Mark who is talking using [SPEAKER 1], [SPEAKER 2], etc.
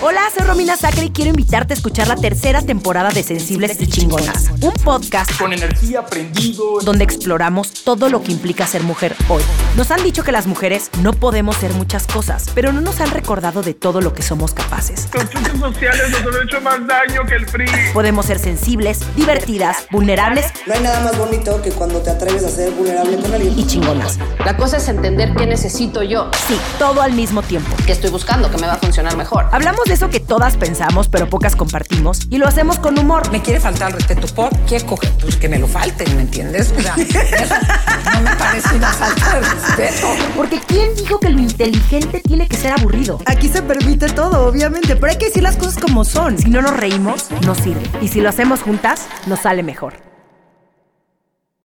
[SPEAKER 1] Hola, soy Romina Sacre y quiero invitarte a escuchar la tercera temporada de Sensibles y Chingonas, un podcast
[SPEAKER 2] con energía prendido.
[SPEAKER 1] donde exploramos todo lo que implica ser mujer hoy. Nos han dicho que las mujeres no podemos ser muchas cosas, pero no nos han recordado de todo lo que somos capaces.
[SPEAKER 2] Los chuches sociales nos han hecho más daño que el PRI.
[SPEAKER 1] Podemos ser sensibles, divertidas, vulnerables
[SPEAKER 3] No hay nada más bonito que cuando te atreves a ser vulnerable con alguien.
[SPEAKER 1] y chingonas.
[SPEAKER 4] La cosa es entender qué necesito yo,
[SPEAKER 1] Sí, todo al mismo tiempo.
[SPEAKER 4] qué estoy buscando, que me va a funcionar mejor.
[SPEAKER 1] Hablamos de eso que todas pensamos, pero pocas compartimos, y lo hacemos con humor.
[SPEAKER 5] me quiere faltar el respeto por qué coge, pues que me lo falten, ¿me entiendes? O sea, eso no me parece una falta de respeto.
[SPEAKER 1] Porque ¿quién dijo que lo inteligente tiene que ser aburrido?
[SPEAKER 6] Aquí se permite todo, obviamente, pero hay que decir las cosas como son.
[SPEAKER 1] Si no nos reímos, no sirve. Y si lo hacemos juntas, nos sale mejor.